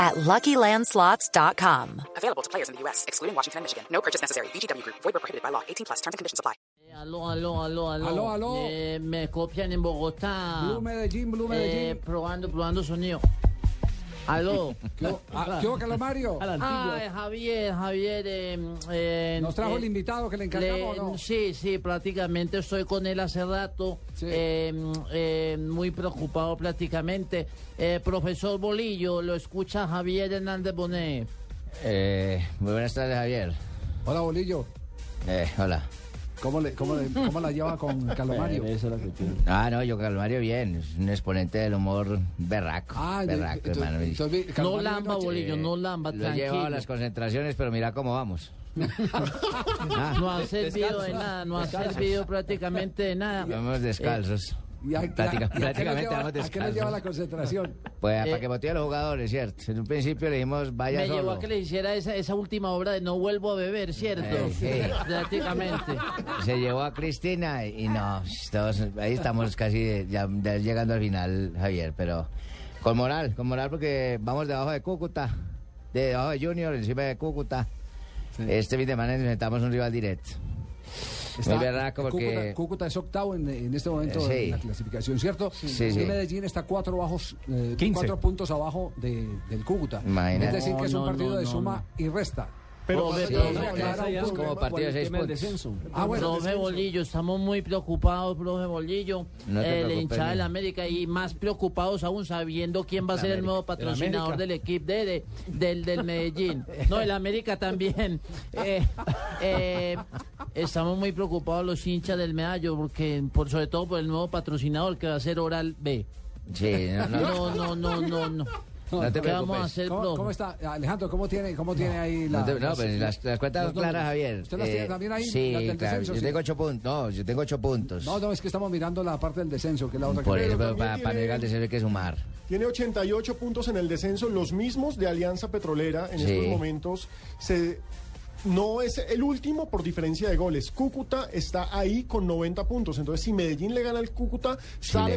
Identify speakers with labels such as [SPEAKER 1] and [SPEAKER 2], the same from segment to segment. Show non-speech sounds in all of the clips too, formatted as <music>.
[SPEAKER 1] at LuckyLandSlots.com.
[SPEAKER 2] Available to players in the U.S., excluding Washington and Michigan. No purchase necessary. VGW Group. Void where prohibited by law. 18 plus. Terms and conditions apply.
[SPEAKER 3] Aló, aló, aló, aló.
[SPEAKER 4] Aló, aló.
[SPEAKER 3] Eh, me copian en Bogotá.
[SPEAKER 4] Blue Medellín, Blue
[SPEAKER 3] Eh,
[SPEAKER 5] pues,
[SPEAKER 4] Medellín.
[SPEAKER 3] probando, probando sonido. Aló.
[SPEAKER 4] Ah, ¿Qué hubo, Carlos Mario? Ah, eh,
[SPEAKER 3] Ay, Javier, Javier. eh, eh,
[SPEAKER 4] Nos trajo
[SPEAKER 3] eh,
[SPEAKER 4] el invitado que le
[SPEAKER 3] le-
[SPEAKER 4] encargamos, ¿no?
[SPEAKER 3] Sí, sí, prácticamente estoy con él hace rato.
[SPEAKER 4] Sí.
[SPEAKER 3] eh, eh, muy preocupado prácticamente. Eh, profesor Bolillo, lo escucha Javier Hernández Bonet.
[SPEAKER 5] Eh, muy buenas tardes, Javier.
[SPEAKER 4] Hola, Bolillo.
[SPEAKER 5] Eh, hola.
[SPEAKER 4] ¿Cómo, le, cómo, le- cómo la lleva
[SPEAKER 5] <laughs>
[SPEAKER 4] con Carlos Mario?
[SPEAKER 5] Ah, no, yo Calvario bien, es un exponente del humor berraco.
[SPEAKER 4] Ah, de-
[SPEAKER 5] berraco,
[SPEAKER 4] entonces-
[SPEAKER 5] hermano.
[SPEAKER 4] entonces, Carlos
[SPEAKER 3] No
[SPEAKER 4] Mario
[SPEAKER 3] lamba,
[SPEAKER 4] no-
[SPEAKER 3] Bolillo, no lamba,
[SPEAKER 5] Lo he llevado a
[SPEAKER 3] tranquilo.
[SPEAKER 5] las concentraciones, pero mira
[SPEAKER 4] <laughs>
[SPEAKER 5] cómo vamos. Ah,
[SPEAKER 3] No ha servido de nada, no ha servido prácticamente de nada.
[SPEAKER 5] vamos descalzos.
[SPEAKER 4] Eh, ¿Y a- y a-
[SPEAKER 5] Práctica-
[SPEAKER 4] y a qué lo
[SPEAKER 5] prácticamente
[SPEAKER 4] lleva-
[SPEAKER 5] vamos
[SPEAKER 4] ¿A qué le lleva la
[SPEAKER 5] descalzos.
[SPEAKER 4] concentración?
[SPEAKER 5] Pues
[SPEAKER 3] Eh,
[SPEAKER 5] para que motive a los jugadores, ¿cierto? En un principio le dijimos, vaya
[SPEAKER 3] Me llevó
[SPEAKER 5] solo.
[SPEAKER 3] a que le hiciera esa, esa última obra de No vuelvo a beber, ¿cierto?
[SPEAKER 5] Eh, sí.
[SPEAKER 3] <laughs> Prácticamente.
[SPEAKER 5] Se llevó a Cristina y no, todos- ahí estamos casi de- ya, ya llegando al final, Javier, pero con moral, con moral porque vamos debajo de Cúcuta, de debajo de Junior, encima de Cúcuta. Este fin de semana enfrentamos un rival directo. Muy berraco
[SPEAKER 4] Cúcuta,
[SPEAKER 5] porque...
[SPEAKER 4] Cúcuta es octavo en, en este momento
[SPEAKER 5] Sí.
[SPEAKER 4] en la clasificación, ¿cierto?
[SPEAKER 5] Sí,
[SPEAKER 4] Y
[SPEAKER 5] sí.
[SPEAKER 4] Medellín está cuatro, bajos, eh, cuatro puntos abajo de- del Cúcuta.
[SPEAKER 5] Imagínate.
[SPEAKER 4] Es decir, que es un
[SPEAKER 3] No, no,
[SPEAKER 4] partido de
[SPEAKER 3] no,
[SPEAKER 4] suma y resta.
[SPEAKER 3] Pero,
[SPEAKER 5] Sí, es como partido de seis puntos.
[SPEAKER 4] Ah, bueno.
[SPEAKER 3] profe Bolillo, estamos muy preocupados, profe Bolillo.
[SPEAKER 5] No
[SPEAKER 3] eh,
[SPEAKER 5] te
[SPEAKER 3] la
[SPEAKER 5] preocupes,
[SPEAKER 3] hinchada de la
[SPEAKER 5] niño.
[SPEAKER 3] América y más preocupados aún sabiendo quién va a ser el nuevo patrocinador del equipo de, de- del, del Medellín. No, el América también. <laughs> Eh, eh, estamos muy preocupados los hinchas del medallo, porque por, sobre todo por el nuevo patrocinador que va a ser Oral B.
[SPEAKER 5] Sí, no, no,
[SPEAKER 3] No, no, no, no, no.
[SPEAKER 5] No te
[SPEAKER 3] ¿Qué vamos a
[SPEAKER 5] preocupes.
[SPEAKER 3] hacer,
[SPEAKER 4] ¿Cómo,
[SPEAKER 3] profe?
[SPEAKER 4] cómo está? Alejandro, ¿cómo tiene, cómo tiene ahí la...
[SPEAKER 5] No, te- no,
[SPEAKER 4] las-
[SPEAKER 5] pero las, las cuentas
[SPEAKER 4] los
[SPEAKER 5] claras,
[SPEAKER 4] números?
[SPEAKER 5] Javier.
[SPEAKER 4] ¿Usted las
[SPEAKER 5] Eh,
[SPEAKER 4] tiene también ahí?
[SPEAKER 5] Sí,
[SPEAKER 4] Las del
[SPEAKER 5] claro.
[SPEAKER 4] descenso,
[SPEAKER 5] yo
[SPEAKER 4] sí.
[SPEAKER 5] tengo ocho puntos. No, yo tengo ocho puntos.
[SPEAKER 4] No, no, es que estamos mirando la parte del descenso, que es la otra
[SPEAKER 5] Por
[SPEAKER 4] que...
[SPEAKER 5] eso,
[SPEAKER 6] Pero
[SPEAKER 5] pero para,
[SPEAKER 6] también
[SPEAKER 5] para
[SPEAKER 6] tiene-
[SPEAKER 5] llegar al descenso hay que sumar.
[SPEAKER 6] Tiene 88 puntos en el descenso, los mismos de Alianza Petrolera en
[SPEAKER 5] Sí.
[SPEAKER 6] estos momentos. Se, no es el último por diferencia de goles. Cúcuta está ahí con 90 puntos. Entonces, si Medellín le gana al Cúcuta, sale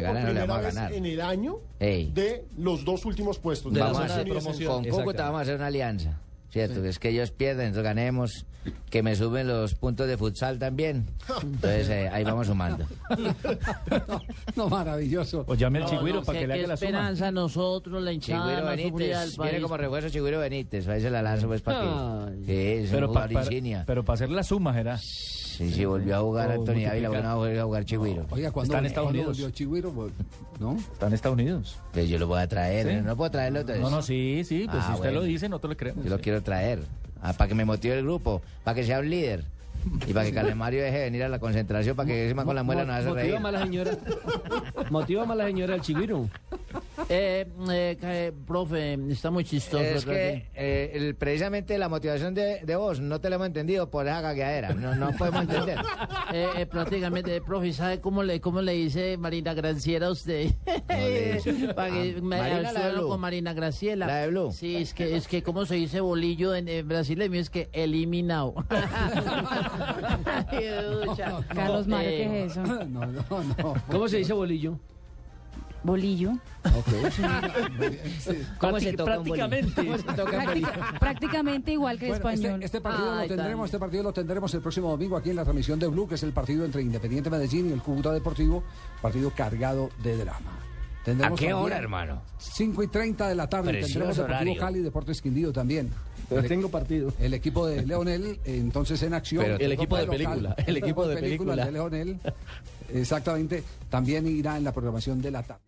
[SPEAKER 5] le gana,
[SPEAKER 6] por
[SPEAKER 5] no le
[SPEAKER 6] primera
[SPEAKER 5] vamos a
[SPEAKER 6] vez
[SPEAKER 5] ganar.
[SPEAKER 6] en el año
[SPEAKER 5] Ey.
[SPEAKER 6] de los dos últimos puestos. de
[SPEAKER 5] Vamos a
[SPEAKER 6] ascenso
[SPEAKER 5] hacer-
[SPEAKER 6] y descenso.
[SPEAKER 5] Con Cúcuta vamos a hacer una alianza. Cierto, que es que ellos pierden, nosotros ganemos, que me suben los puntos de futsal también. Entonces eh, ahí vamos
[SPEAKER 7] <laughs>
[SPEAKER 5] sumando.
[SPEAKER 4] No, maravilloso.
[SPEAKER 7] O Pues llame al
[SPEAKER 3] No,
[SPEAKER 7] chigüiro
[SPEAKER 3] no
[SPEAKER 7] para
[SPEAKER 3] sé
[SPEAKER 7] que le
[SPEAKER 3] qué
[SPEAKER 7] haga la suma.
[SPEAKER 3] esperanza nosotros, la
[SPEAKER 7] Ah,
[SPEAKER 3] hinchada,
[SPEAKER 5] Chigüiro
[SPEAKER 3] la seguridad del
[SPEAKER 5] Benítez, viene
[SPEAKER 3] país.
[SPEAKER 5] como refuerzo Chigüiro Benítez, ahí se la lanzo pues para
[SPEAKER 3] Ay.
[SPEAKER 5] que... Sí, es un
[SPEAKER 7] Pero para
[SPEAKER 5] jugador insignia.
[SPEAKER 7] pero para hacer la suma, será.
[SPEAKER 5] Sí, sí, volvió a jugar
[SPEAKER 7] Oh,
[SPEAKER 5] Antonio Ávila,
[SPEAKER 7] multiplicar.
[SPEAKER 5] bueno, va a volver a jugar Chigüiro.
[SPEAKER 4] Oiga, cuando
[SPEAKER 7] Está en Estados Unidos.
[SPEAKER 4] volvió Chigüiro, vol- ¿no?
[SPEAKER 7] Está en Estados Unidos.
[SPEAKER 5] Entonces yo lo voy a traer,
[SPEAKER 7] Sí.
[SPEAKER 5] ¿eh? no puedo traerlo entonces.
[SPEAKER 7] No, no, sí, sí, pues
[SPEAKER 5] Ah,
[SPEAKER 7] si usted
[SPEAKER 5] bueno.
[SPEAKER 7] lo dice, nosotros le creemos.
[SPEAKER 5] Yo lo
[SPEAKER 7] sí.
[SPEAKER 5] quiero traer, ah, para que me motive el grupo, para que sea un líder. Y para que Calemario deje de venir a la concentración, para que ese man con la muela nos hace reír.
[SPEAKER 8] Motiva a la
[SPEAKER 3] <laughs>
[SPEAKER 8] señora. Motiva a la señora del Chigüiro.
[SPEAKER 3] Eh, eh, eh, profe, está muy chistoso.
[SPEAKER 5] Es
[SPEAKER 3] creo
[SPEAKER 5] que eh, el- precisamente la motivación de, de vos no te la hemos entendido por esa gagueadera. No, no <laughs> podemos entender.
[SPEAKER 3] que- eh, eh, prácticamente, eh, profe, ¿sabe cómo le, cómo le dice Marina Graciela a usted? <laughs>
[SPEAKER 5] le dice.
[SPEAKER 3] Para que
[SPEAKER 5] Ah,
[SPEAKER 3] me
[SPEAKER 5] Marina,
[SPEAKER 3] al
[SPEAKER 5] la de
[SPEAKER 3] suelo
[SPEAKER 5] Blue.
[SPEAKER 3] con Marina Graciela.
[SPEAKER 5] La de Blue.
[SPEAKER 3] Sí, es que, es que como se dice bolillo en, en brasileño, es que
[SPEAKER 5] <laughs>
[SPEAKER 3] eliminado. Ay, ducha.
[SPEAKER 9] Carlos Mario,
[SPEAKER 3] Eh,
[SPEAKER 9] ¿qué es eso?
[SPEAKER 4] No, no, no.
[SPEAKER 8] ¿Cómo se dice bolillo?
[SPEAKER 9] Bolillo.
[SPEAKER 5] ¿Cómo se
[SPEAKER 8] Prácti-
[SPEAKER 5] toca un bolillo?
[SPEAKER 8] prácticamente.
[SPEAKER 5] ¿Cómo se toca un bolillo?
[SPEAKER 9] Práctica- prácticamente igual que el
[SPEAKER 4] Bueno, este,
[SPEAKER 9] español.
[SPEAKER 4] este partido
[SPEAKER 3] Ay,
[SPEAKER 4] lo
[SPEAKER 3] tan-
[SPEAKER 4] tendremos, este partido lo tendremos el próximo domingo aquí en la transmisión de Blue, que es el partido entre Independiente Medellín y el Cúcuta Deportivo, partido cargado de drama.
[SPEAKER 5] ¿A
[SPEAKER 4] Tendremos
[SPEAKER 5] qué
[SPEAKER 4] también
[SPEAKER 5] hora, hermano?
[SPEAKER 4] 5 y 30 de la tarde
[SPEAKER 5] Precioso
[SPEAKER 4] tendremos Deportivo
[SPEAKER 5] horario.
[SPEAKER 4] Cali, Deportes Quindío también.
[SPEAKER 8] Pero tengo partido.
[SPEAKER 4] El equipo de Leonel, eh, entonces en acción.
[SPEAKER 5] Pero- El
[SPEAKER 7] equipo de
[SPEAKER 4] local,
[SPEAKER 7] película, el equipo de
[SPEAKER 4] El de Leonel, exactamente, también irá en la programación de la tarde.